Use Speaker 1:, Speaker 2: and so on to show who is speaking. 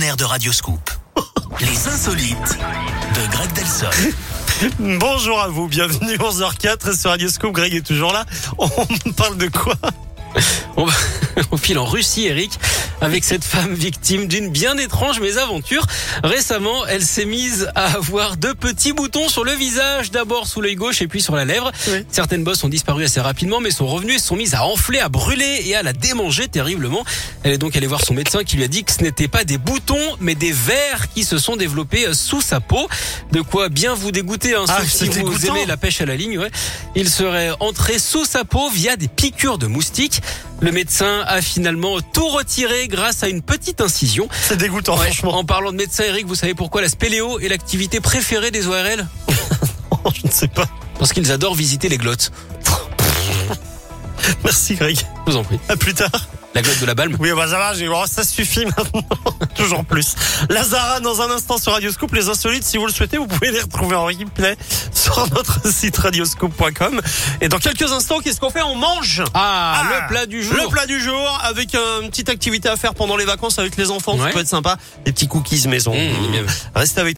Speaker 1: partenaire de Radio Scoop. Les insolites de Greg Delsol.
Speaker 2: Bonjour à vous, bienvenue 11h04 sur Radioscope. Greg est toujours là. On parle de quoi
Speaker 3: On, va- on file en Russie, Eric, avec cette femme victime d'une bien étrange mésaventure. Récemment, elle s'est mise à avoir deux petits boutons sur le visage, d'abord sous l'œil gauche et puis sur la lèvre.
Speaker 2: Oui.
Speaker 3: Certaines bosses ont disparu assez rapidement, mais sont revenues et se sont mises à enfler, à brûler et à la démanger terriblement. Elle est donc allée voir son médecin qui lui a dit que ce n'était pas des boutons, mais des vers qui se sont développés euh, sous sa peau. De quoi bien vous dégoûter, hein,
Speaker 2: Ah,
Speaker 3: sauf
Speaker 2: c'est
Speaker 3: si vous
Speaker 2: dégoûtant.
Speaker 3: aimez la pêche à la ligne, ouais. Il serait entré sous sa peau via des piqûres de moustiques. Le médecin a finalement tout retiré grâce à une petite incision.
Speaker 2: C'est dégoûtant,
Speaker 3: Ouais,
Speaker 2: Oh, franchement.
Speaker 3: En parlant de médecin, Eric, vous savez pourquoi la spéléo est l'activité préférée des ORL
Speaker 2: Je ne sais pas.
Speaker 3: Parce qu'ils adorent visiter les glottes.
Speaker 2: Merci Greg.
Speaker 3: Je vous en prie.
Speaker 2: À plus tard.
Speaker 3: La glotte de la balme.
Speaker 2: Oui, bah ça va, j'ai oh, ça suffit maintenant. Toujours plus. Lazara, dans un instant sur Radioscoop, les insolites, si vous le souhaitez, vous pouvez les retrouver en replay sur notre site radioscoop.com. Et dans quelques instants, qu'est-ce qu'on fait On mange
Speaker 3: Ah,
Speaker 2: Ah,
Speaker 3: le plat du jour.
Speaker 2: Le plat du jour avec euh, une petite activité à faire pendant les vacances avec les enfants, ça
Speaker 3: Ouais.
Speaker 2: peut être sympa. Des petits cookies maison.
Speaker 3: Mmh, bien.
Speaker 2: Restez avec